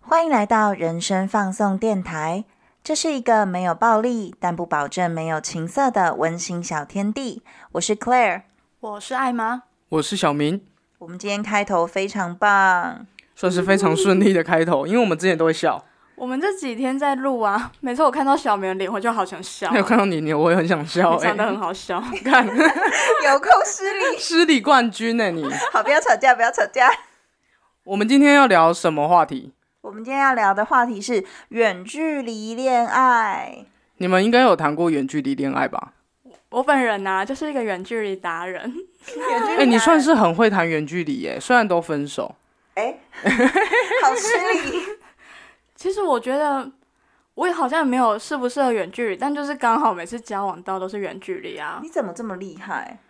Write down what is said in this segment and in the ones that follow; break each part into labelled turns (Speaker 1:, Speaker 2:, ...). Speaker 1: 欢迎来到人生放送电台，这是一个没有暴力，但不保证没有情色的温馨小天地。我是 Claire，
Speaker 2: 我是艾妈，
Speaker 3: 我是小明。
Speaker 1: 我们今天开头非常棒，
Speaker 3: 算是非常顺利的开头，因为我们之前都会笑。
Speaker 2: 我们这几天在录啊，每次我看到小明的脸，我就好想笑
Speaker 3: 没。有看到你，你我也很想笑
Speaker 2: 你
Speaker 3: 哎、
Speaker 2: 长得很好笑，
Speaker 3: 看
Speaker 1: 有空失礼。
Speaker 3: 失礼冠军哎、你。
Speaker 1: 好，不要吵架，不要吵架。
Speaker 3: 我们今天要聊什么话题？
Speaker 1: 我们今天要聊的话题是远距离恋爱。
Speaker 3: 你们应该有谈过远距离恋爱吧？
Speaker 2: 我本人呐、就是一个远距离达人，
Speaker 1: 远距
Speaker 3: 哎、
Speaker 1: 离
Speaker 3: 你
Speaker 1: 恋
Speaker 3: 算
Speaker 1: 爱
Speaker 3: 是很会谈远距离耶、虽然都分手。
Speaker 1: 哎， 好失礼。
Speaker 2: 其实我觉得我也好像也没有适不适合远距离，但就是刚好每次交往到都是远距离啊。
Speaker 1: 你怎么这么厉害？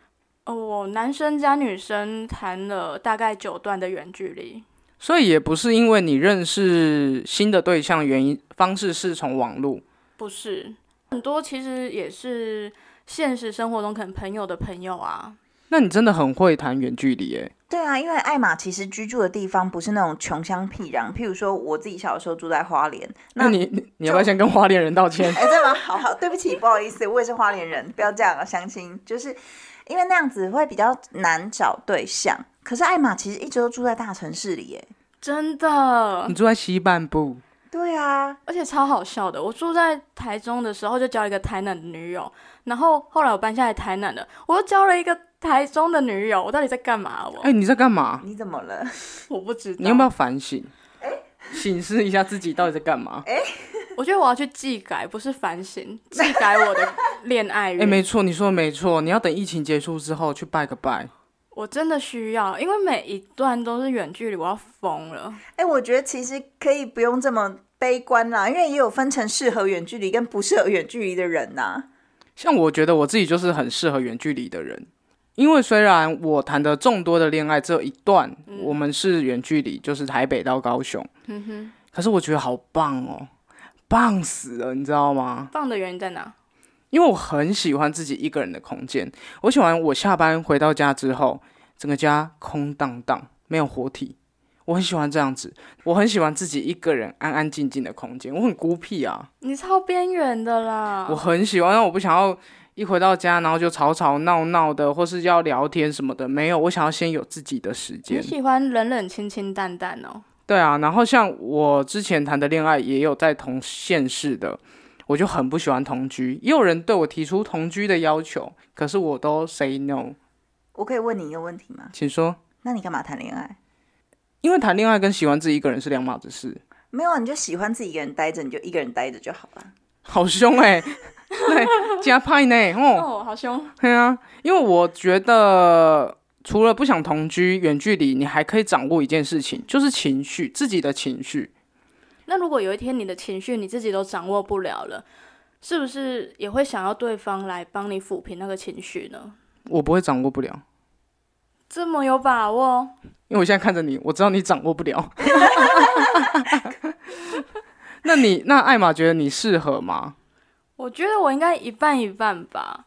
Speaker 2: 哦，我男生加女生谈了大概九段的远距离，
Speaker 3: 所以也不是因为你认识新的对象原因，方式是从网络。
Speaker 2: 不是很多，其实也是现实生活中可能朋友的朋友啊。
Speaker 3: 那你真的很会谈远距离诶、
Speaker 1: 对啊，因为艾玛其实居住的地方不是那种穷乡僻壤，譬如说我自己小时候住在花莲，
Speaker 3: 那
Speaker 1: 那
Speaker 3: 你你你要不要先跟花莲人 道 歉？
Speaker 1: 哎，对吗？好好，对不起，不好意思，我也是花莲人，不要这样啊，相亲就是因为那样子会比较难找对象。可是艾玛其实一直都住在大城市里耶。
Speaker 2: 真的
Speaker 3: 你，住在西半部，
Speaker 1: 对啊，
Speaker 2: 而且超好笑的。我住在台中的时候就交了一个台南的女友，然后后来我搬下来台南了，我又交了一个台中的女友。我到底在干嘛啊我？
Speaker 3: 哎、你在干嘛？
Speaker 1: 你怎么了？
Speaker 2: 我不知道。
Speaker 3: 你有没有？反省？醒思一下自己到底在干嘛？哎、
Speaker 2: 我觉得我要去技改，不是反省，技改我的恋 爱运。
Speaker 3: 哎没错，你说的没错，你要等疫情结束之后去拜个拜。
Speaker 2: 我真的需要，因为每一段都是远距离，我要疯了。
Speaker 1: 哎，我觉得其实可以不用这么悲观啦，因为也有分成适合远距离跟不适合远距离的人呐、
Speaker 3: 像我觉得我自己就是很适合远距离的人，因为虽然我谈的众多的恋爱只有一段，我们是远距离，就是台北到高雄，
Speaker 2: 哼哼，
Speaker 3: 可是我觉得好棒哦，棒死了，你知道吗？
Speaker 2: 放的原因在哪？
Speaker 3: 因为我很喜欢自己一个人的空间，我喜欢我下班回到家之后，整个家空荡荡，没有活体。我很喜欢这样子，我很喜欢自己一个人安安静静的空间。我很孤僻啊，
Speaker 2: 你超边缘的啦。
Speaker 3: 我很喜欢，但我不想要一回到家，然后就吵吵闹闹的，或是要聊天什么的。没有，我想要先有自己的时
Speaker 2: 你
Speaker 3: 间。
Speaker 2: 喜欢冷冷清清淡淡哦。
Speaker 3: 对啊，然后像我之前谈的恋爱，也有在同县市的，我就很不喜欢同居。也有人对我提出同居的要求，可是我都 say no。
Speaker 1: 我可以问你一个问题吗？
Speaker 3: 请说，
Speaker 1: 那你干嘛谈恋爱？
Speaker 3: 因为谈恋爱跟喜欢自己一个人是两码子事。
Speaker 1: 没有啊，你就喜欢自己一个人待着，你就一个人待着就好了。
Speaker 3: 好凶哎、 对，加派呢，哦，
Speaker 2: 哦，好凶。
Speaker 3: 对啊，因为我觉得除了不想同居、远距离，你还可以掌握一件事情，就是情绪，自己的情绪。
Speaker 2: 那如果有一天你的情绪你自己都掌握不了了，是不是也会想要对方来帮你抚平那个情绪呢？
Speaker 3: 我不会掌握不了，
Speaker 2: 这么有把握？
Speaker 3: 因为我现在看着你，我知道你掌握不了。 那你那艾玛觉得你适合吗？
Speaker 2: 我觉得我应该一半一半吧。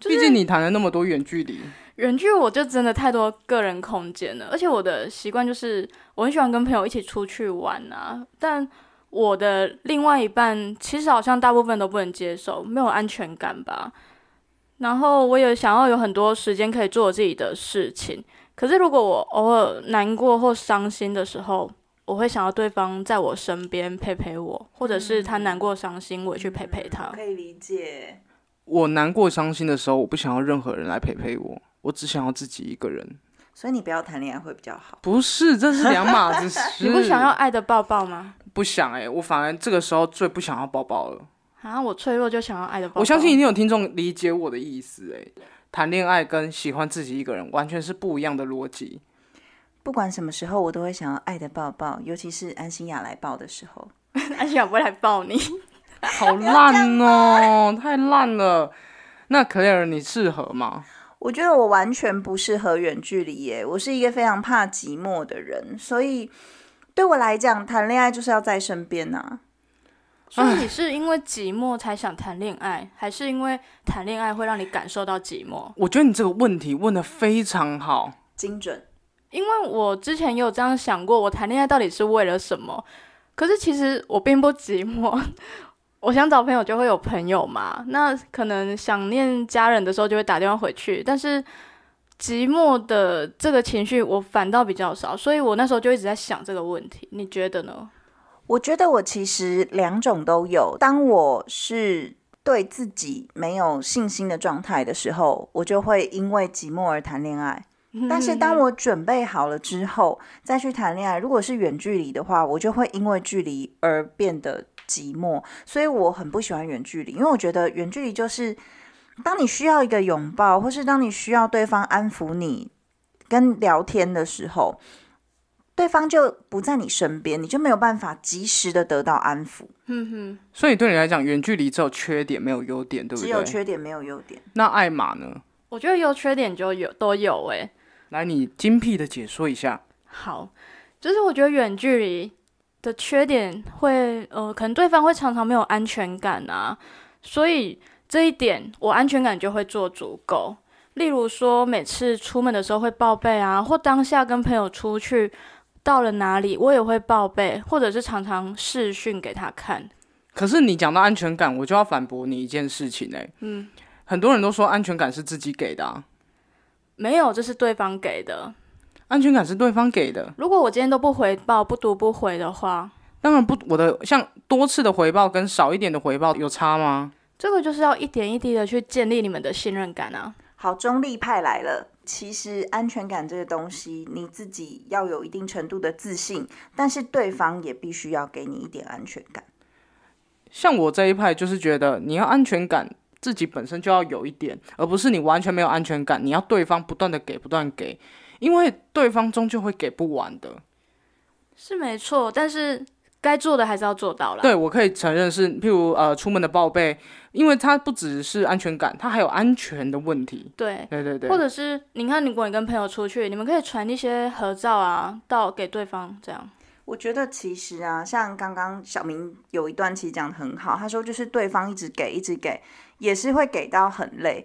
Speaker 2: 就是
Speaker 3: 毕竟你谈了那么多远距离，
Speaker 2: 远距，我就真的太多个人空间了，而且我的习惯就是我很喜欢跟朋友一起出去玩啊，但我的另外一半其实好像大部分都不能接受，没有安全感吧。然后我也想要有很多时间可以做我自己的事情，可是如果我偶尔难过或伤心的时候，我会想要对方在我身边陪陪我，或者是他难过伤心，我也去陪陪
Speaker 3: 嗯
Speaker 2: 他。
Speaker 1: 可以理解。
Speaker 3: 我难过、伤心的时候，我不想要任何人来陪陪我，我只想要自己一个人。
Speaker 1: 所以你不要谈恋爱会比较好。
Speaker 3: 不是，这是两码子事。
Speaker 2: 你不想要爱的抱抱吗？
Speaker 3: 不想哎、我反而这个时候最不想要抱抱了。
Speaker 2: 啊，我脆弱就想要爱的抱抱。
Speaker 3: 我相信一定有听众理解我的意思哎、谈恋爱跟喜欢自己一个人完全是不一样的逻辑。
Speaker 1: 不管什么时候，我都会想要爱的抱抱，尤其是安心雅来抱的时候。
Speaker 2: 安心雅不会来抱你。
Speaker 3: 好烂哦，太烂了。那 Claire 你适合吗？
Speaker 1: 我觉得我完全不适合远距离耶，我是一个非常怕寂寞的人，所以对我来讲，谈恋爱就是要在身边呐、
Speaker 2: 所以你是因为寂寞才想谈恋爱，还是因为谈恋爱会让你感受到寂寞？
Speaker 3: 我觉得你这个问题问的非常好，
Speaker 1: 精准。
Speaker 2: 因为我之前也有这样想过，我谈恋爱到底是为了什么？可是其实我并不寂寞， 我想找朋友就会有朋友嘛。那可能想念家人的时候就会打电话回去，但是寂寞的这个情绪我反倒比较少，所以我那时候就一直在想这个问题。你觉得呢？
Speaker 1: 我觉得我其实两种都有。当我是对自己没有信心的状态的时候，我就会因为寂寞而谈恋爱。但是
Speaker 3: 嗯
Speaker 1: 当我准备好了之后再去谈恋爱，如果是远距离的话，我就会因为距离而变得寂寞，所以我很不喜欢远距离，因为我觉得远距离就是当你需要一个拥抱，或是当你需要对方安抚你跟聊天的时候，对方就不在你身边，你就没有办法及时的得到安抚，
Speaker 2: 嗯
Speaker 3: 所以对你来讲，远距离只有缺点没有优点，对不
Speaker 1: 只有
Speaker 3: 对？
Speaker 1: 缺点没有优点。
Speaker 3: 那艾玛呢？
Speaker 2: 哼， 我觉得优缺点就有都有欸诶、
Speaker 3: 来，你精辟的解说一下。
Speaker 2: 好，就是我觉得远距离的缺点会，呃，可能对方会常常没有安全感啊，所以这一点我安全感就会做足够。例如说，每次出门的时候会报备啊，或当下跟朋友出去到了哪里，我也会报备，或者是常常视讯给他看。
Speaker 3: 可是你讲到安全感，我就要反驳你一件事情哎、
Speaker 2: 嗯，
Speaker 3: 很多人都说安全感是自己给的、啊，
Speaker 2: 没有，这是对方给的。
Speaker 3: 安全感是对方给的。
Speaker 2: 如果我今天都不回报、不读不回的话，
Speaker 3: 当然不，我的像多次的回报跟少一点的回报有差吗？
Speaker 2: 这个就是要一点一滴的去建立你们的信任感啊。
Speaker 1: 好，中立派来了。其实安全感这个东西，你自己要有一定程度的自信，但是对方也必须要给你一点安全感。
Speaker 3: 像我这一派就是觉得你要安全感，自己本身就要有一点，而不是你完全没有安全感，你要对方不断的给，不断地给，因为对方终究会给不完的。
Speaker 2: 是没错，但是该做的还是要做到啦。，
Speaker 3: 对，我可以承认是，譬如呃，出门的报备，因为它不只是安全感，它还有安全的问题。
Speaker 2: 对
Speaker 3: 对对对，
Speaker 2: 或者是你看，如果你跟朋友出去，你们可以传一些合照啊，到给对方这样。
Speaker 1: 我觉得其实啊，像刚刚小明有一段其实讲的很好，他说就是对方一直给，一直给，也是会给到很累。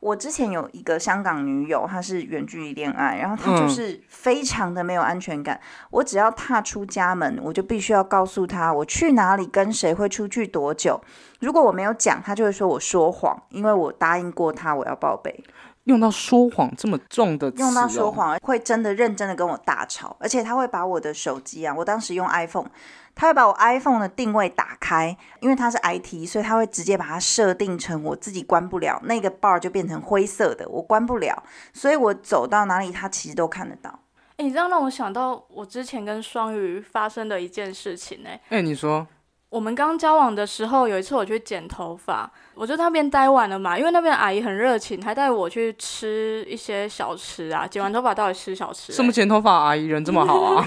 Speaker 1: 我之前有一个香港女友，她是远距离恋爱，然后她就是非常的没有安全感。我只要踏出家门，我就必须要告诉她我去哪里、跟谁会出去多久。如果我没有讲，她就会说我说谎，因为我答应过她我要报备。
Speaker 3: 用到说谎这么重的词、哦，
Speaker 1: 用到说，谎，会真的认真的跟我大吵，而且他会把我的手机啊，我当时用 iPhone，他会把我 iPhone 的定位打开，因为他是 IT，所以他会直接把它设定成我自己关不了，那个 bar 就变成灰色的，我关不了，所以我走到哪里他其实都看得到。
Speaker 2: 诶，你这样让我想到我之前跟双鱼发生的一件事情诶，
Speaker 3: 哎、你说
Speaker 2: 我们刚交往的时候，有一次我去剪头发，我就在那边待晚了嘛，因为那边的阿姨很热情，还带我去吃一些小吃啊。剪完头发到底吃小吃、欸
Speaker 3: 什么剪头发阿姨人这么好 啊？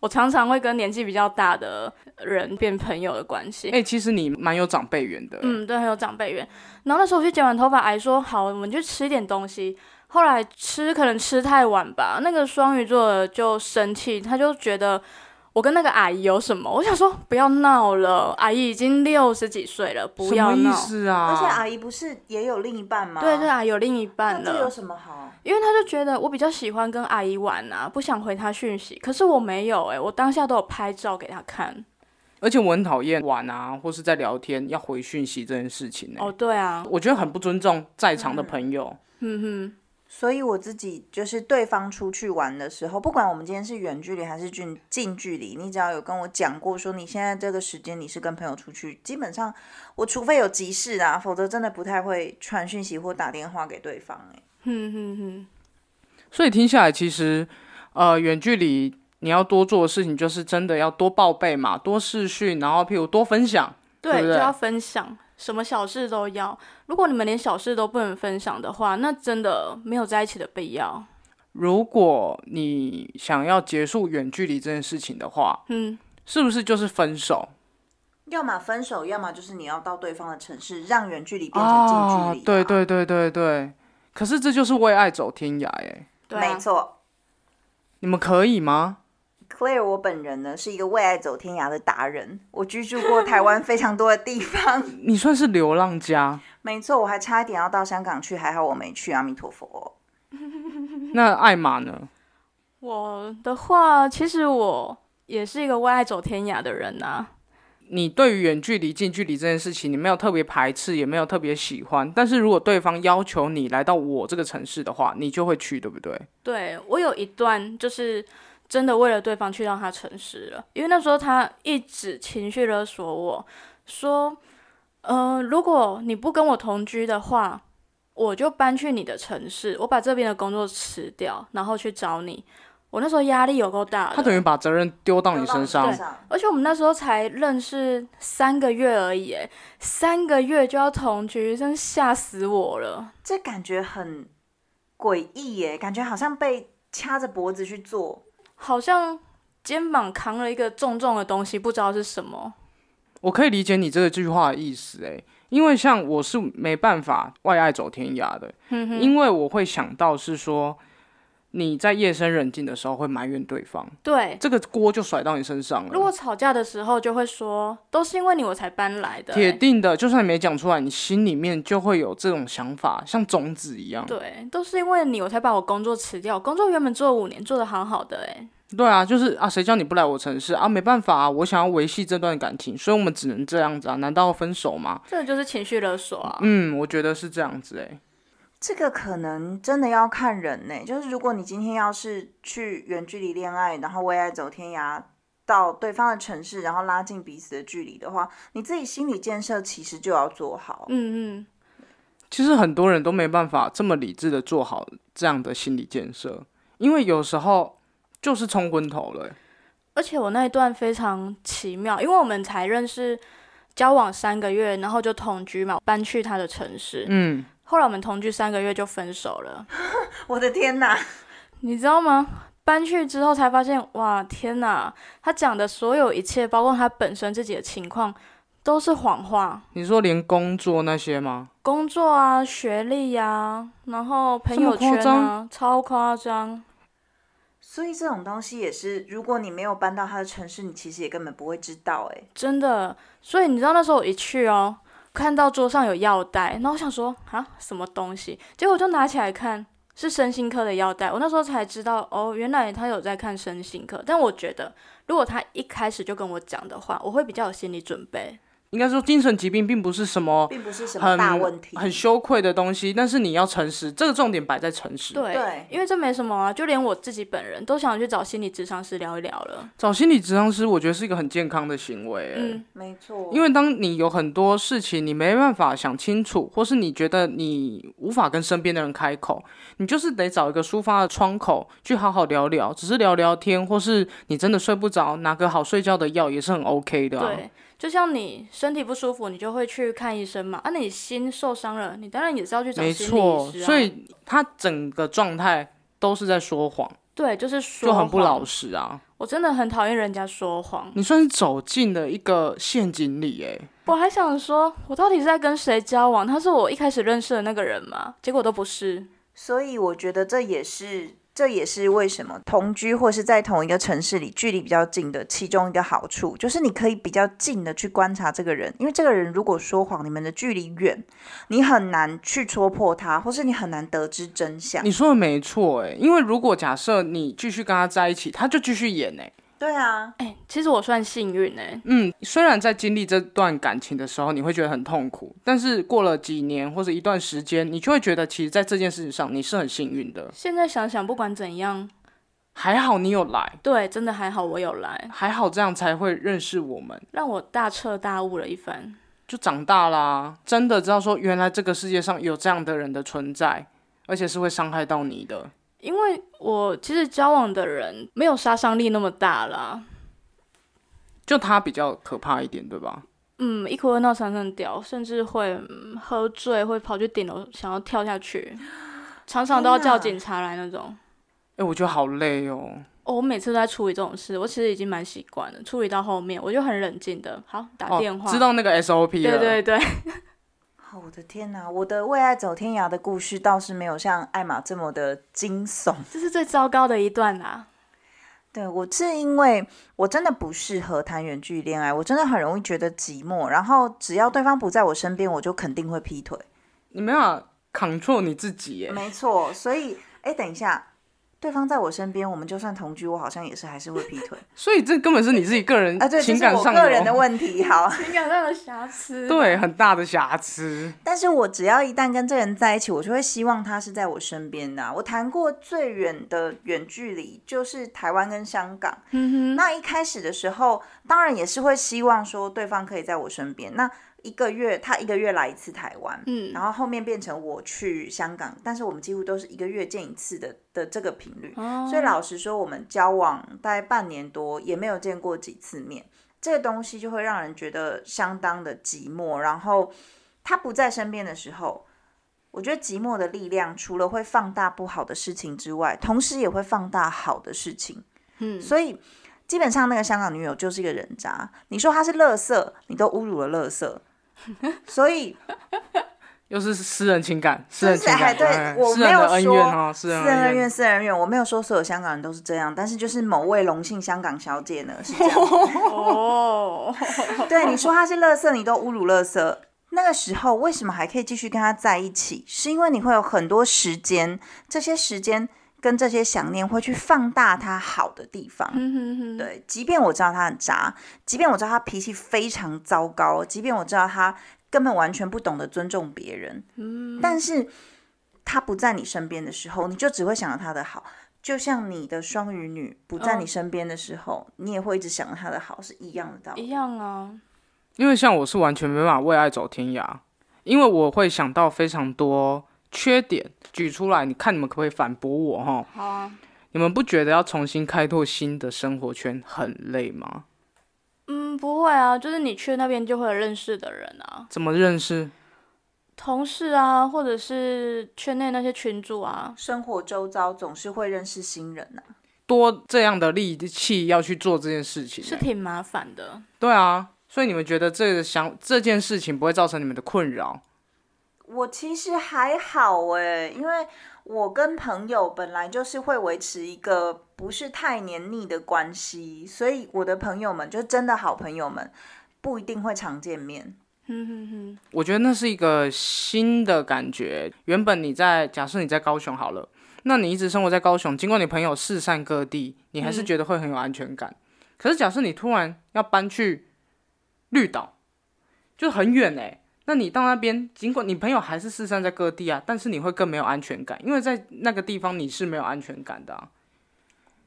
Speaker 2: 我常常会跟年纪比较大的人变朋友的关系。
Speaker 3: 哎、其实你蛮有长辈缘的、
Speaker 2: 嗯，对，很有长辈缘。然后那时候我去剪完头发，还说好，我们去吃一点东西。后来吃可能吃太晚吧，那个双鱼座的就生气，他就觉得我跟那个阿姨有什么？我想说不要闹了，阿姨已经六十几岁了，不
Speaker 3: 什
Speaker 2: 要
Speaker 3: 么意
Speaker 2: 闹。
Speaker 3: 思
Speaker 1: 而且
Speaker 3: 啊？
Speaker 1: 阿姨不是也有另一半吗？
Speaker 2: 对对，，阿姨有另一
Speaker 1: 那
Speaker 2: 半
Speaker 1: 这有
Speaker 2: 了，
Speaker 1: 什么好？
Speaker 2: 因为他就觉得我比较喜欢跟阿姨玩啊，不想回她讯息。可是我没有诶、欸我当下都有拍照给她看。
Speaker 3: 而且我很讨厌玩啊，或是在聊天要回讯息这件事情、欸。
Speaker 2: 哦，对啊，
Speaker 3: 我觉得很不尊重在场的朋友。
Speaker 2: 嗯哼，
Speaker 1: 所以我自己就是对方出去玩的时候，不管我们今天是远距离还是近近距离，你只要有跟我讲过说你现在这个时间你是跟朋友出去，基本上我除非有急事啊，否则真的不太会传讯息或打电话给对方、欸。
Speaker 2: 哼哼哼，
Speaker 3: 所以听下来，其实呃，远距离你要多做的事情，就是真的要多报备嘛，多视讯，然后譬如多分享。对
Speaker 2: 对，
Speaker 3: 不
Speaker 2: 就
Speaker 3: 对
Speaker 2: 要分享，什么小事都要。如果你们连小事都不能分享的话，那真的没有在一起的必要。
Speaker 3: 如果你想要结束远距离这件事情的话，
Speaker 2: 嗯，
Speaker 3: 是不是就是分手？
Speaker 1: 要么分手，要么就是你要到对方的城市，让远距离变成近距离、
Speaker 3: 啊哦对，对对对对。可是这就是为爱走天涯哎，
Speaker 2: 对、啊，
Speaker 1: 没错。
Speaker 3: 你们可以吗？
Speaker 1: Claire，我本人呢是一个为爱走天涯的达人，我居住过台湾非常多的地方。
Speaker 3: 你算是流浪家。
Speaker 1: 没错，我还差一点要到香港去，还好我没去。阿弥陀佛、
Speaker 3: 那艾玛呢？
Speaker 2: 我的话，其实我也是一个为爱走天涯的人啊呐、
Speaker 3: 你对于远距离、近距离这件事情，你没有特别排斥，也没有特别喜欢。但是如果对方要求你来到我这个城市的话，你就会去，对不对？
Speaker 2: 对我有一段就是真的为了对方去让他诚实了，因为那时候他一直情绪勒索我说，呃，如果你不跟我同居的话，我就搬去你的城市，我把这边的工作辞掉，然后去找你。我那时候压力有够大的，
Speaker 3: 他等于把责任丢到你身上
Speaker 1: 对。
Speaker 2: 而且我们那时候才认识三个月而已，哎，三个月就要同居，真吓死我了。
Speaker 1: 这感觉很诡异耶，感觉好像被掐着脖子去做。
Speaker 2: 好像肩膀扛了一个重重的东西，不知道是什么。
Speaker 3: 我可以理解你这个句话的意思，诶，因为像我是没办法为爱走天涯的，
Speaker 2: 嗯
Speaker 3: 因为我会想到是说你在夜深人静的时候会埋怨对方，
Speaker 2: 对，
Speaker 3: 这个锅就甩到你身上
Speaker 2: 如果
Speaker 3: 了。
Speaker 2: 吵架的时候就会说，都是因为你我才搬来的、
Speaker 3: 铁
Speaker 2: 欸。
Speaker 3: 定的，就算你没讲出来，你心里面就会有这种想法，像种子一样。
Speaker 2: 对，都是因为你我才把我工作辞掉。我工作原本做五年，做的好好的、欸，
Speaker 3: 对啊，就是啊，谁叫你不来我城市啊？没办法啊，我想要维系这段感情，所以我们只能这样子啊？难道要分手吗？
Speaker 2: 这就是情绪勒索啊。
Speaker 3: 嗯，我觉得是这样子诶、欸
Speaker 1: 这个可能真的要看人呢，就是如果你今天要是去远距离恋爱，然后为爱走天涯，到对方的城市，然后拉近彼此的距离的话，你自己心理建设其实就要做好。
Speaker 2: 嗯嗯，
Speaker 3: 其实很多人都没办法这么理智的做好这样的心理建设，因为有时候就是冲昏头了欸、
Speaker 2: 而且我那一段非常奇妙，因为我们才认识。交往三个月，然后就同居嘛，搬去他的城市。
Speaker 3: 嗯，
Speaker 2: 后来我们同居三个月就分手了。
Speaker 1: 我的天哪，
Speaker 2: 你知道吗？搬去之后才发现，哇，天哪！他讲的所有一切，包括他本身自己的情况，都是谎话。
Speaker 3: 你说连工作那些吗？
Speaker 2: 工作啊，学历呀、啊，然后朋友
Speaker 3: 这么夸
Speaker 2: 圈啊
Speaker 3: 张，
Speaker 2: 超夸张。
Speaker 1: 所以这种东西也是，如果你没有搬到他的城市，你其实也根本不会知道。哎，
Speaker 2: 真的。所以你知道那时候我一去哦，看到桌上有药袋，然后我想说啊，什么东西？结果我就拿起来看，是身心科的药袋。我那时候才知道哦，原来他有在看身心科。但我觉得，如果他一开始就跟我讲的话，我会比较有心理准备。
Speaker 3: 应该说精神疾病并不是什么
Speaker 1: 并不是什么
Speaker 3: 很
Speaker 1: 大问题，
Speaker 3: 很羞愧的东西，但是你要诚实，这个重点摆在诚实。
Speaker 2: 对，
Speaker 1: 对
Speaker 2: 因为这没什么啊，就连我自己本人都想去找心理咨商师聊一聊了。
Speaker 3: 找心理咨商师，我觉得是一个很健康的行为、欸。
Speaker 2: 嗯，
Speaker 1: 没错，
Speaker 3: 因为当你有很多事情你没办法想清楚，或是你觉得你无法跟身边的人开口，你就是得找一个抒发的窗口去好好聊聊，只是聊聊天，或是你真的睡不着，拿个好睡觉的药也是很 OK 的、啊。
Speaker 2: 对，就像你身体不舒服，你就会去看医生嘛。啊，你心受伤了，你当然也是要去找
Speaker 3: 没
Speaker 2: 心理
Speaker 3: 错，
Speaker 2: 医师啊。
Speaker 3: 所以他整个状态都是在说谎，
Speaker 2: 对，就是说
Speaker 3: 就很不
Speaker 2: 谎
Speaker 3: 老实啊！
Speaker 2: 我真的很讨厌人家说谎。
Speaker 3: 你算是走进了一个陷阱里、欸，
Speaker 2: 我还想说，我到底是在跟谁交往？他是我一开始认识的那个人吗？结果都不是。
Speaker 1: 所以我觉得这也是这也是为什么同居或是在同一个城市里距离比较近的其中一个好处，就是你可以比较近的去观察这个人，因为这个人如果说谎，你们的距离远，你很难去戳破他，或是你很难得知真相
Speaker 3: 你。说的没错、欸，因为如果假设你继续跟他在一起，他就继续演、欸，
Speaker 1: 对啊，
Speaker 2: 哎、其实我算幸运哎、
Speaker 3: 嗯，虽然在经历这段感情的时候，你会觉得很痛苦，但是过了几年或者一段时间，你就会觉得，其实，在这件事情上，你是很幸运的。
Speaker 2: 现在想想，不管怎样，
Speaker 3: 还好你有来，
Speaker 2: 对，真的还好我有来，
Speaker 3: 还好这样才会认识我们，
Speaker 2: 让我大彻大悟了一番。
Speaker 3: 就长大啦、真的知道说，原来这个世界上有这样的人的存在，而且是会伤害到你的。
Speaker 2: 因为我其实交往的人没有杀伤力那么大啦，
Speaker 3: 就他比较可怕一点，对吧？
Speaker 2: 嗯，一哭二闹三上吊，甚至会、嗯喝醉，会跑去顶楼想要跳下去，常常都要叫警察来那种。
Speaker 3: 哎、我觉得好累哦。
Speaker 2: 哦，我每次都在处理这种事，我其实已经蛮习惯了。处理到后面，我就很冷静的，好打电话，
Speaker 3: 哦、知道那个 SOP 了。
Speaker 2: 对对对，
Speaker 1: 哦我的天哪，我的为爱走天涯的故事倒是没有像艾玛这么的惊悚。
Speaker 2: 这是最糟糕的一段啦、
Speaker 1: 对我是因为我真的不适合谈远距离恋爱，我真的很容易觉得寂寞，然后只要对方不在我身边，我就肯定会劈腿。
Speaker 3: 你没有 control 你自己耶。
Speaker 1: 没错，所以哎，等一下，对方在我身边，我们就算同居，我好像也是还是会劈腿
Speaker 3: 所以这根本是你自己个人
Speaker 1: 啊。对，这
Speaker 3: 情
Speaker 1: 是
Speaker 3: 感
Speaker 1: 我
Speaker 3: 上
Speaker 1: 个人的
Speaker 3: 有
Speaker 1: 问题。好，
Speaker 2: 情感上的瑕疵。
Speaker 3: 对很大的瑕疵。
Speaker 1: 但是我只要一旦跟这个人在一起，我就会希望他是在我身边的啊、我谈过最远的远距离就是台湾跟香港。
Speaker 2: 嗯哼，
Speaker 1: 那一开始的时候，当然也是会希望说对方可以在我身边。那一个月他一个月来一次台湾，
Speaker 2: 嗯
Speaker 1: 然后后面变成我去香港，但是我们几乎都是一个月见一次的的这个频率。
Speaker 2: 哦
Speaker 1: 所以老实说，我们交往大概半年多，也没有见过几次面。这个东西就会让人觉得相当的寂寞。然后他不在身边的时候，我觉得寂寞的力量除了会放大不好的事情之外，同时也会放大好的事情。
Speaker 2: 嗯，
Speaker 1: 所以基本上那个香港女友就是一个人渣。你说她是垃圾，你都侮辱了垃圾。 所以
Speaker 3: 又是私人情感，私
Speaker 1: 是
Speaker 3: 人情感，
Speaker 1: 对
Speaker 3: 哎
Speaker 1: 我
Speaker 3: 私人
Speaker 1: 没有
Speaker 3: 的恩
Speaker 1: 说
Speaker 3: 怨哦，
Speaker 1: 私
Speaker 3: 私
Speaker 1: 人
Speaker 3: 人的
Speaker 1: 恩
Speaker 3: 恩
Speaker 1: 怨，。私人恩怨，我没有说所有香港人都是这样，但是就是某位荣幸香港小姐呢是这样。
Speaker 2: 哦，
Speaker 1: 对，你说她是垃圾，你都侮辱垃圾。那个时候为什么还可以继续跟她在一起？是因为你会有很多时间，这些时间跟这些想念会去放大她好的地方。
Speaker 2: 嗯哼哼，
Speaker 1: 对，即便我知道他很渣，即便我知道他脾气非常糟糕，即便我知道他根本完全不懂得尊重别人，嗯，但是他不在你身边的时候，你就只会想到他的好。就像你的双鱼女不在
Speaker 2: 嗯
Speaker 1: 你身边的时候，你也会一直想到她的好，是一样的道
Speaker 2: 一
Speaker 1: 理。
Speaker 2: 样啊。
Speaker 3: 因为像我是完全没办法为爱走天涯，因为我会想到非常多缺点，举出来，你看你们可不可以反驳我哈？
Speaker 2: 好啊，
Speaker 3: 你们不觉得要重新开拓新的生活圈很累吗？
Speaker 2: 嗯，不会啊，就是你去那边就会有认识的人啊，
Speaker 3: 怎么认识？
Speaker 2: 同事啊，或者是圈内那些群主啊，
Speaker 1: 生活周遭总是会认识新人呐、
Speaker 3: 多这样的力气要去做这件事情、
Speaker 2: 是
Speaker 3: 哎
Speaker 2: 挺麻烦的。
Speaker 3: 对啊，所以你们觉得这个想这件事情不会造成你们的困扰？
Speaker 1: 我其实还好诶，因为我跟朋友本来就是会维持一个不是太黏腻的关系，所以我的朋友们就真的好朋友们不一定会常见面。
Speaker 2: 嗯哼哼，
Speaker 3: 我觉得那是一个新的感觉。原本你在假设你在高雄好了，那你一直生活在高雄，尽管你朋友四散各地，你还是
Speaker 2: 嗯
Speaker 3: 觉得会很有安全感。可是假设你突然要搬去绿岛，就很远哎、那你到那边，尽管你朋友还是四散在各地啊，但是你会更没有安全感，因为在那个地方你是没有安全感的啊。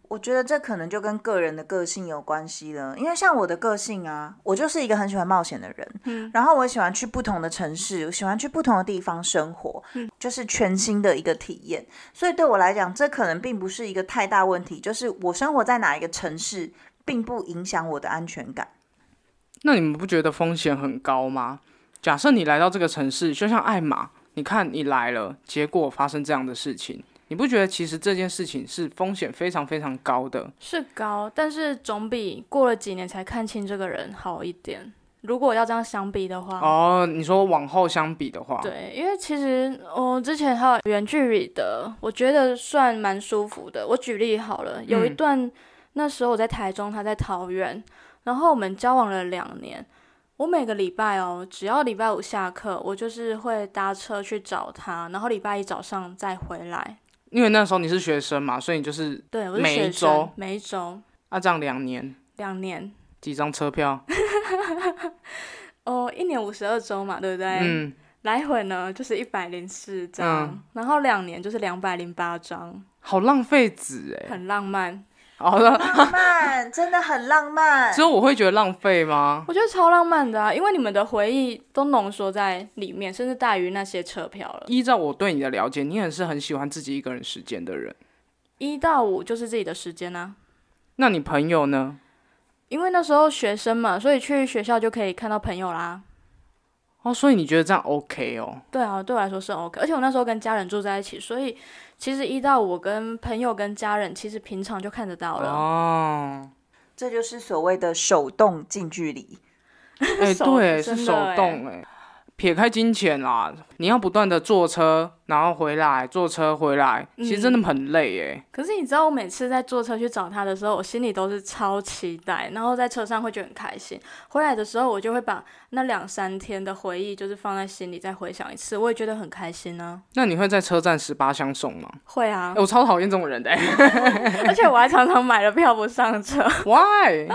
Speaker 1: 我觉得这可能就跟个人的个性有关系了，因为像我的个性啊，我就是一个很喜欢冒险的人，嗯，然后我也喜欢去不同的城市，我喜欢去不同的地方生活，嗯，就是全新的一个体验。所以对我来讲，这可能并不是一个太大问题，就是我生活在哪一个城市，并不影响我的安全感。
Speaker 3: 那你们不觉得风险很高吗？假设你来到这个城市，就像艾玛，你看你来了，结果发生这样的事情，你不觉得其实这件事情是风险非常非常高的？
Speaker 2: 是高，但是总比过了几年才看清这个人好一点。如果要这样相比的话，
Speaker 3: 哦，你说往后相比的话，
Speaker 2: 对，因为其实我之前还有远距离的，我觉得算蛮舒服的。我举例好了，有一
Speaker 3: 嗯
Speaker 2: 段、那时候我在台中，他在桃园，然后我们交往了两年。我每个礼拜哦，只要礼拜五下课，我就是会搭车去找他，然后礼拜一早上再回来。
Speaker 3: 因为那时候你是学生嘛，所以你就是
Speaker 2: 对，我是
Speaker 3: 每一
Speaker 2: 学
Speaker 3: 周
Speaker 2: 生，每一周
Speaker 3: 啊，这样两年
Speaker 2: 两年，
Speaker 3: 几张车票，
Speaker 2: 哦，一年五十二周嘛，对不对？
Speaker 3: 嗯，
Speaker 2: 来回呢就是一百零四张，
Speaker 3: 嗯
Speaker 2: 然后两年就是两百零八张，
Speaker 3: 好浪费纸哎、
Speaker 2: 很浪漫。
Speaker 3: 好了，
Speaker 1: 浪漫，真的很浪漫
Speaker 3: 只。有我会觉得浪费吗？
Speaker 2: 我觉得超浪漫的啊，因为你们的回忆都浓缩在里面，甚至大于那些车票了。
Speaker 3: 依照我对你的了解，你也是很喜欢自己一个人时间的人。
Speaker 2: 一到五就是自己的时间啊，
Speaker 3: 那你朋友呢？
Speaker 2: 因为那时候学生嘛，所以去学校就可以看到朋友啦。
Speaker 3: 哦，所以你觉得这样 OK 哦？
Speaker 2: 对啊，对我来说是 OK，而且我那时候跟家人住在一起，所以其实一到五我跟朋友跟家人其实平常就看得到了。
Speaker 3: 哦，
Speaker 1: 这就是所谓的手动近距离。
Speaker 3: 哎、
Speaker 2: 手
Speaker 3: 对，
Speaker 2: 真
Speaker 3: 是
Speaker 2: 的
Speaker 3: 手
Speaker 2: 哎
Speaker 3: 动哎、撇开金钱啦，你要不断的坐车，然后回来坐车回来，
Speaker 2: 嗯
Speaker 3: 其实真的很累哎耶。
Speaker 2: 可是你知道，我每次在坐车去找他的时候，我心里都是超期待，然后在车上会觉得很开心。回来的时候，我就会把那两三天的回忆，就是放在心里再回想一次，我也觉得很开心啊呢、
Speaker 3: 那你会在车站十八相送吗？
Speaker 2: 会啊
Speaker 3: 哎， 我超讨厌这种人的哎耶
Speaker 2: 而且我还常常买了票不上车，
Speaker 3: ，Why？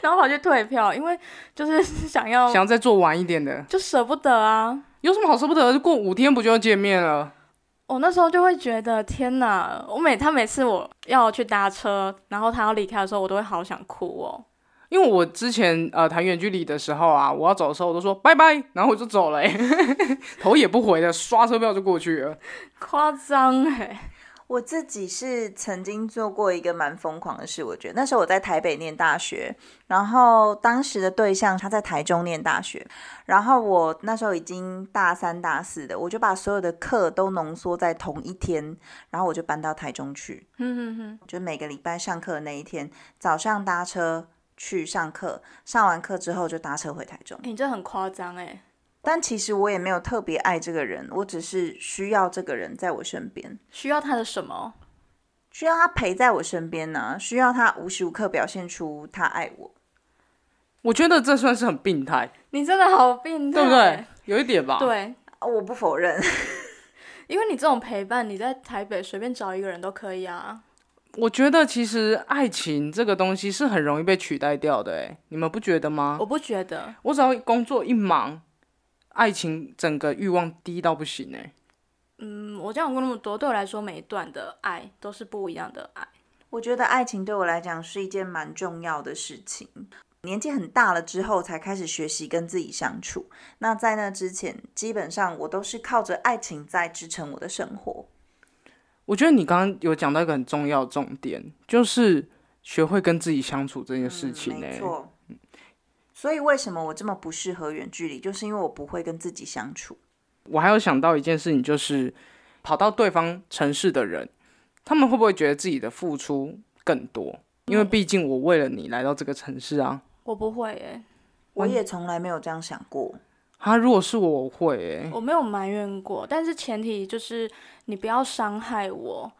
Speaker 2: 然后跑去退票，因为就是想要
Speaker 3: 想要再坐晚一点的，
Speaker 2: 就舍不得啊。
Speaker 3: 有什么好舍不得的？过五天不就要见面了？
Speaker 2: 我那时候就会觉得天哪！我每他每次我要去搭车，然后他要离开的时候，我都会好想哭哦。
Speaker 3: 因为我之前呃谈远距离的时候啊，我要走的时候我都说拜拜，然后我就走了耶，哎 头也不回的刷车票就过去了。
Speaker 2: 夸张 哎，
Speaker 1: 我自己是曾经做过一个蛮疯狂的事，我觉得那时候我在台北念大学，然后当时的对象他在台中念大学，然后我那时候已经大三大四的，我就把所有的课都浓缩在同一天，然后我就搬到台中去，
Speaker 2: 哼
Speaker 3: 嗯
Speaker 2: 哼哼，
Speaker 1: 就每个礼拜上课的那一天早上搭车去上课，上完课之后就搭车回台中。
Speaker 2: 你这很夸张哎。
Speaker 1: 但其实我也没有特别爱这个人，我只是需要这个人在我身边。
Speaker 2: 需要他的什么？
Speaker 1: 需要他陪在我身边呢、需要他无时无刻表现出他爱我。
Speaker 3: 我觉得这算是很病态，
Speaker 2: 你真的好病态，
Speaker 3: 对不对？？有一点吧。，
Speaker 2: 对，
Speaker 1: 啊我不否认，
Speaker 2: 因为你这种陪伴，你在台北随便找一个人都可以啊。
Speaker 3: 我觉得其实爱情这个东西是很容易被取代掉的，哎，你们不觉得吗？
Speaker 2: 我不觉得，
Speaker 3: 我只要工作一忙，爱情整个欲望低到不行，哎，
Speaker 2: 嗯，我讲过那么多，对我来说，每一段的爱都是不一样的爱。
Speaker 1: 我觉得爱情对我来讲是一件蛮重要的事情。年纪很大了之后，才开始学习跟自己相处。那在那之前，基本上我都是靠着爱情在支撑我的生活。
Speaker 3: 我觉得你刚刚有讲到一个很重要的重点，就是学会跟自己相处这件事情、
Speaker 1: 嗯、
Speaker 3: 欸。
Speaker 1: 没错。所以为什么我这么不适合远距离，就是因为我不会跟自己相处。
Speaker 3: 我还有想到一件事情，就是跑到对方城市的人，他们会不会觉得自己的付出更多？因
Speaker 1: 嗯
Speaker 3: 为毕竟我为了你来到这个城市啊。
Speaker 2: 我不会耶，
Speaker 1: 我也从来没有这样想过。
Speaker 3: 他如果是我，我会欸
Speaker 2: 我没有埋怨过，但是前提就是你不要伤害我。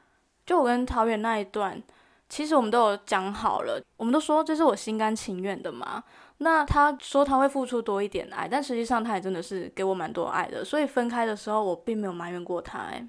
Speaker 2: 就我跟桃园那一段，其实我们都有讲好了，我们都说这是我心甘情愿的嘛。那他说他会付出多一点爱，但实际上他也真的是给我蛮多爱的，所以分开的时候我并没有埋怨过他、哎，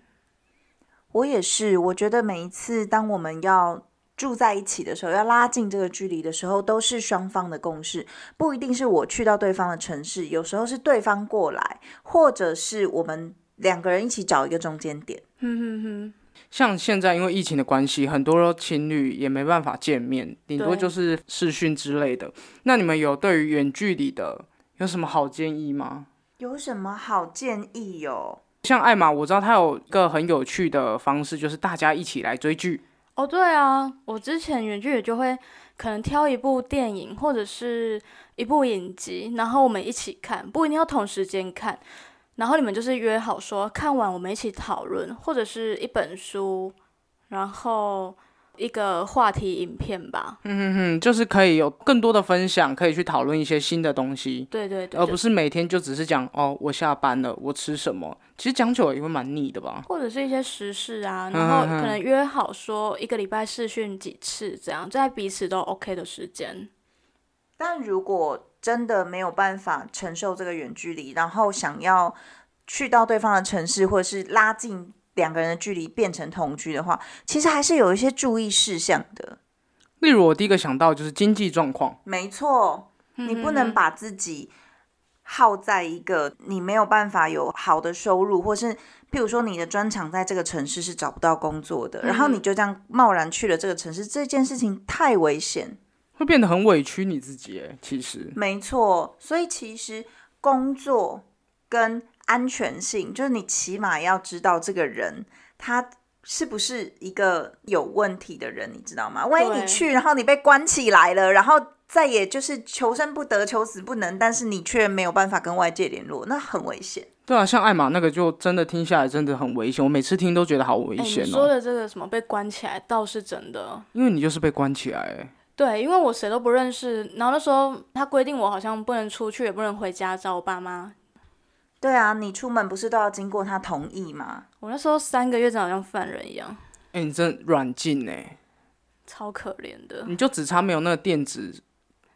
Speaker 1: 我也是，我觉得每一次当我们要住在一起的时候，要拉近这个距离的时候，都是双方的共识，不一定是我去到对方的城市，有时候是对方过来，或者是我们两个人一起找一个中间点。
Speaker 2: 哼哼哼，
Speaker 3: 像现在因为疫情的关系，很多情侣也没办法见面，顶多
Speaker 2: 对
Speaker 3: 就是视讯之类的。那你们有对于远距离的有什么好建议吗？
Speaker 1: 有什么好建议哦哟、
Speaker 3: 像艾玛，我知道她有一个很有趣的方式，就是大家一起来追剧。
Speaker 2: 哦，对啊，我之前远距离就会可能挑一部电影或者是一部影集，然后我们一起看，不一定要同时间看。然后你们就是约好说，看完我们一起讨论，或者是一本书，然后一个话题影片吧。
Speaker 3: 嗯，就是可以有更多的分享，可以去讨论一些新的东西，
Speaker 2: 对对对，
Speaker 3: 而
Speaker 2: 就
Speaker 3: 哦不是每天就只是讲哦，我下班了，我吃什么。其实讲久了也会蛮腻的吧。
Speaker 2: 或者是一些时事啊，
Speaker 3: 嗯
Speaker 2: 然后
Speaker 3: 嗯
Speaker 2: 可能约好说一个礼拜试训几次，这样在彼此都 OK 的时间。
Speaker 1: 但如果真的没有办法承受这个远距离，然后想要去到对方的城市，或者是拉近两个人的距离变成同居的话，其实还是有一些注意事项的。
Speaker 3: 例如我第一个想到就是经济状况，
Speaker 1: 没错，
Speaker 2: 嗯
Speaker 1: 你不能把自己耗在一个你没有办法有好的收入，或是譬如说你的专长在这个城市是找不到工作的，然后你就这样贸然去了这个城市，这件事情太危险。
Speaker 3: 会变得很委屈你自己。哎，其实
Speaker 1: 没错，所以其实工作跟安全性，就是你起码要知道这个人他。是不是一个有问题的人，你知道吗？万一你
Speaker 2: 对
Speaker 1: 去，然后你被关起来了，然后再也就是求生不得、求死不能，但是你却没有办法跟外界联络，那很危险。
Speaker 3: 对啊，像艾玛那个就真的听下来真的很危险，我每次听都觉得好危
Speaker 2: 哎，
Speaker 3: 险
Speaker 2: 你说
Speaker 3: 哦，
Speaker 2: 的这个什么被关起来倒是真的，
Speaker 3: 因为你就是被关起来。哎
Speaker 2: 对，因为我谁都不认识，然后那时候他规定我好像不能出去，也不能回家找我爸妈。
Speaker 1: 对啊，你出门不是都要经过他同意吗？
Speaker 2: 我那时候三个月真的好像犯人一样，
Speaker 3: 哎、你真的软禁哎、
Speaker 2: 超可怜的。
Speaker 3: 你就只差没有那个电子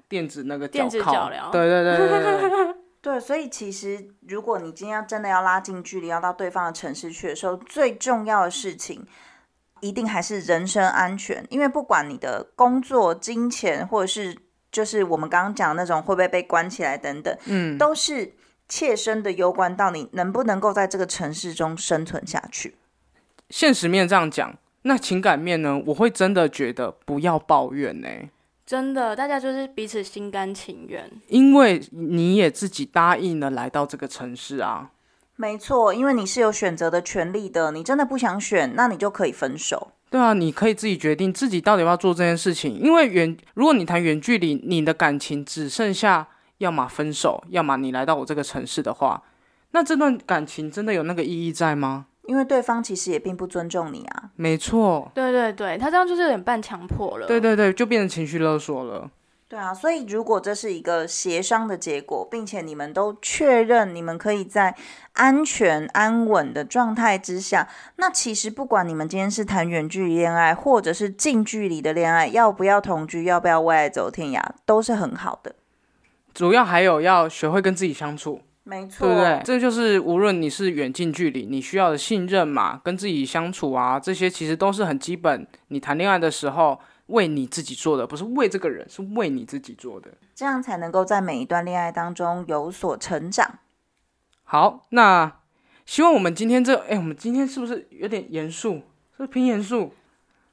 Speaker 3: 电子那个
Speaker 2: 电子
Speaker 3: 铐
Speaker 2: 脚镣
Speaker 3: 对对对对对对
Speaker 1: 对，所以其实如果你今天要真的要拉近距离，要到对方的城市去的时候，最重要的事情一定还是人身安全，因为不管你的工作、金钱，或者是就是我们刚刚讲的那种会不会被关起来等等，
Speaker 3: 嗯，
Speaker 1: 都是切身的攸关到你能不能够在这个城市中生存下去。
Speaker 3: 现实面这样讲，那情感面呢？我会真的觉得不要抱怨欸呢、
Speaker 2: 真的，大家就是彼此心甘情愿。
Speaker 3: 因为你也自己答应了来到这个城市啊。
Speaker 1: 没错，因为你是有选择的权利的，你真的不想选，那你就可以分手。
Speaker 3: 对啊，你可以自己决定自己到底要不要做这件事情。因为远，如果你谈远距离，你的感情只剩下要么分手，要么你来到我这个城市的话，那这段感情真的有那个意义在吗？
Speaker 1: 因为对方其实也并不尊重你啊，
Speaker 3: 没错，
Speaker 2: 对对对，他这样就是有点半强迫了。
Speaker 3: 对对对，就变成情绪勒索了。
Speaker 1: 对啊，所以如果这是一个协商的结果，并且你们都确认你们可以在安全安稳的状态之下，那其实不管你们今天是谈远距离恋爱，或者是近距离的恋爱，要不要同居，要不要为爱走天涯，都是很好的。
Speaker 3: 主要还有要学会跟自己相处，
Speaker 1: 没错，
Speaker 3: 对不对？这就是无论你是远近距离，你需要的信任嘛，跟自己相处啊，这些其实都是很基本。你谈恋爱的时候，为你自己做的，不是为这个人，是为你自己做的。
Speaker 1: 这样才能够在每一段恋爱当中有所成长。
Speaker 3: 好，那希望我们今天这，哎，我们今天是不是有点严肃？是不是偏严肃？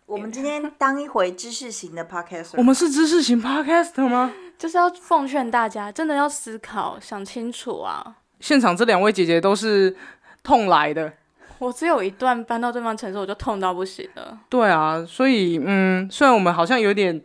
Speaker 1: 我们今天当一回知识型的 podcast，
Speaker 3: 我们是知识型 podcast 吗？
Speaker 2: 就是要奉劝大家，真的要思考，想清楚啊。
Speaker 3: 现场这两位姐姐都是痛来的，
Speaker 2: 我只有一段搬到对方城市，我就痛到不行了。
Speaker 3: 对啊，所以嗯，虽然我们好像有点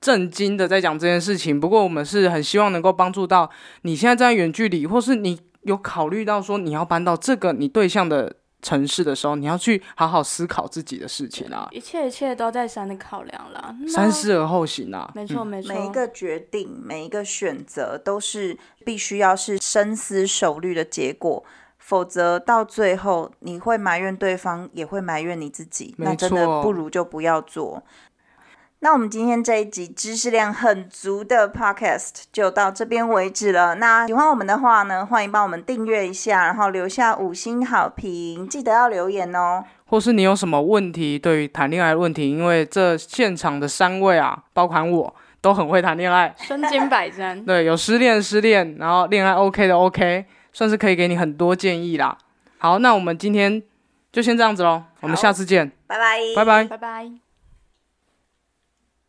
Speaker 3: 震惊的在讲这件事情，不过我们是很希望能够帮助到你现在在远距离，或是你有考虑到说你要搬到这个你对象的城市的时候，你要去好好思考自己的事情啊，
Speaker 2: 一切一切都在三的考量啦。那
Speaker 3: 三，思而后行啊，
Speaker 2: 没错没错。
Speaker 1: 每一个决定、每一个选择都是必须要是深思熟虑的结果，否则到最后你会埋怨对方，也会埋怨你自己。
Speaker 3: 没
Speaker 1: 那真的
Speaker 3: 错
Speaker 1: 不如就不要做。那我们今天这一集知识量很足的 podcast 就到这边为止了。那喜欢我们的话呢，欢迎帮我们订阅一下，然后留下五星好评，记得要留言哦。
Speaker 3: 或是你有什么问题，对于谈恋爱的问题，因为这现场的三位啊，包含我都很会谈恋爱，，
Speaker 2: 身经百战
Speaker 3: 对，有失恋的失恋，然后恋爱 OK 的 OK，算是可以给你很多建议啦。好，那我们今天就先这样子喽，我们
Speaker 1: 好
Speaker 3: 下次见，
Speaker 1: 拜拜，
Speaker 3: 拜拜。
Speaker 2: 拜拜。